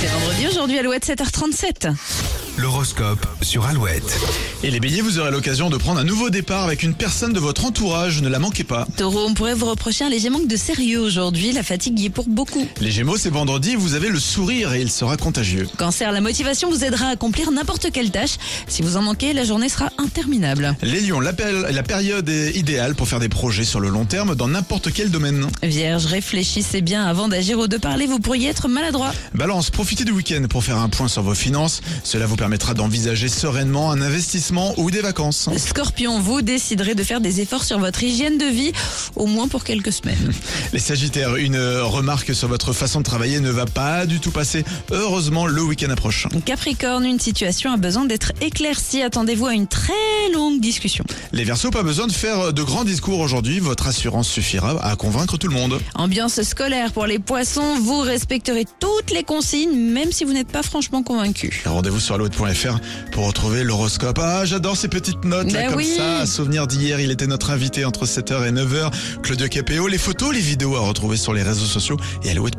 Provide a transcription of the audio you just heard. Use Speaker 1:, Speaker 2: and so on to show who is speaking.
Speaker 1: C'est vendredi aujourd'hui, Alouette 7h37.
Speaker 2: L'horoscope sur Alouette.
Speaker 3: Et les béliers, vous aurez l'occasion de prendre un nouveau départ avec une personne de votre entourage, ne la manquez pas.
Speaker 1: Taureau, on pourrait vous reprocher un léger manque de sérieux aujourd'hui, la fatigue y est pour beaucoup.
Speaker 3: Les gémeaux, c'est vendredi, vous avez le sourire et il sera contagieux.
Speaker 1: Cancer, la motivation vous aidera à accomplir n'importe quelle tâche. Si vous en manquez, la journée sera interminable.
Speaker 3: Les lions, l'appel- la période est idéale pour faire des projets sur le long terme dans n'importe quel domaine.
Speaker 1: Vierge, réfléchissez bien avant d'agir ou de parler, vous pourriez être maladroit.
Speaker 3: Balance, profitez du week-end pour faire un point sur vos finances. Cela vous permettra d'envisager sereinement un investissement ou des vacances.
Speaker 1: Scorpion, vous déciderez de faire des efforts sur votre hygiène de vie, au moins pour quelques semaines.
Speaker 3: Les sagittaires, une euh, remarque sur votre façon de travailler ne va pas du tout passer. Heureusement, le week-end approche.
Speaker 1: Capricorne, une situation a besoin d'être éclaircie, attendez-vous à une très longue discussion.
Speaker 3: Les versos, pas besoin de faire de grands discours aujourd'hui. Votre assurance suffira à convaincre tout le monde.
Speaker 1: Ambiance scolaire pour les poissons, vous respecterez toutes les consignes, même si vous n'êtes pas franchement convaincu.
Speaker 3: Rendez-vous sur alouette.fr pour retrouver l'horoscope. Ah, j'adore ces petites notes là,
Speaker 1: Ben
Speaker 3: comme
Speaker 1: oui.
Speaker 3: ça. Souvenir d'hier, il était notre invité entre 7h et 9h. Claudio Capéo, les photos, les vidéos à retrouver sur les réseaux sociaux et alouette.fr.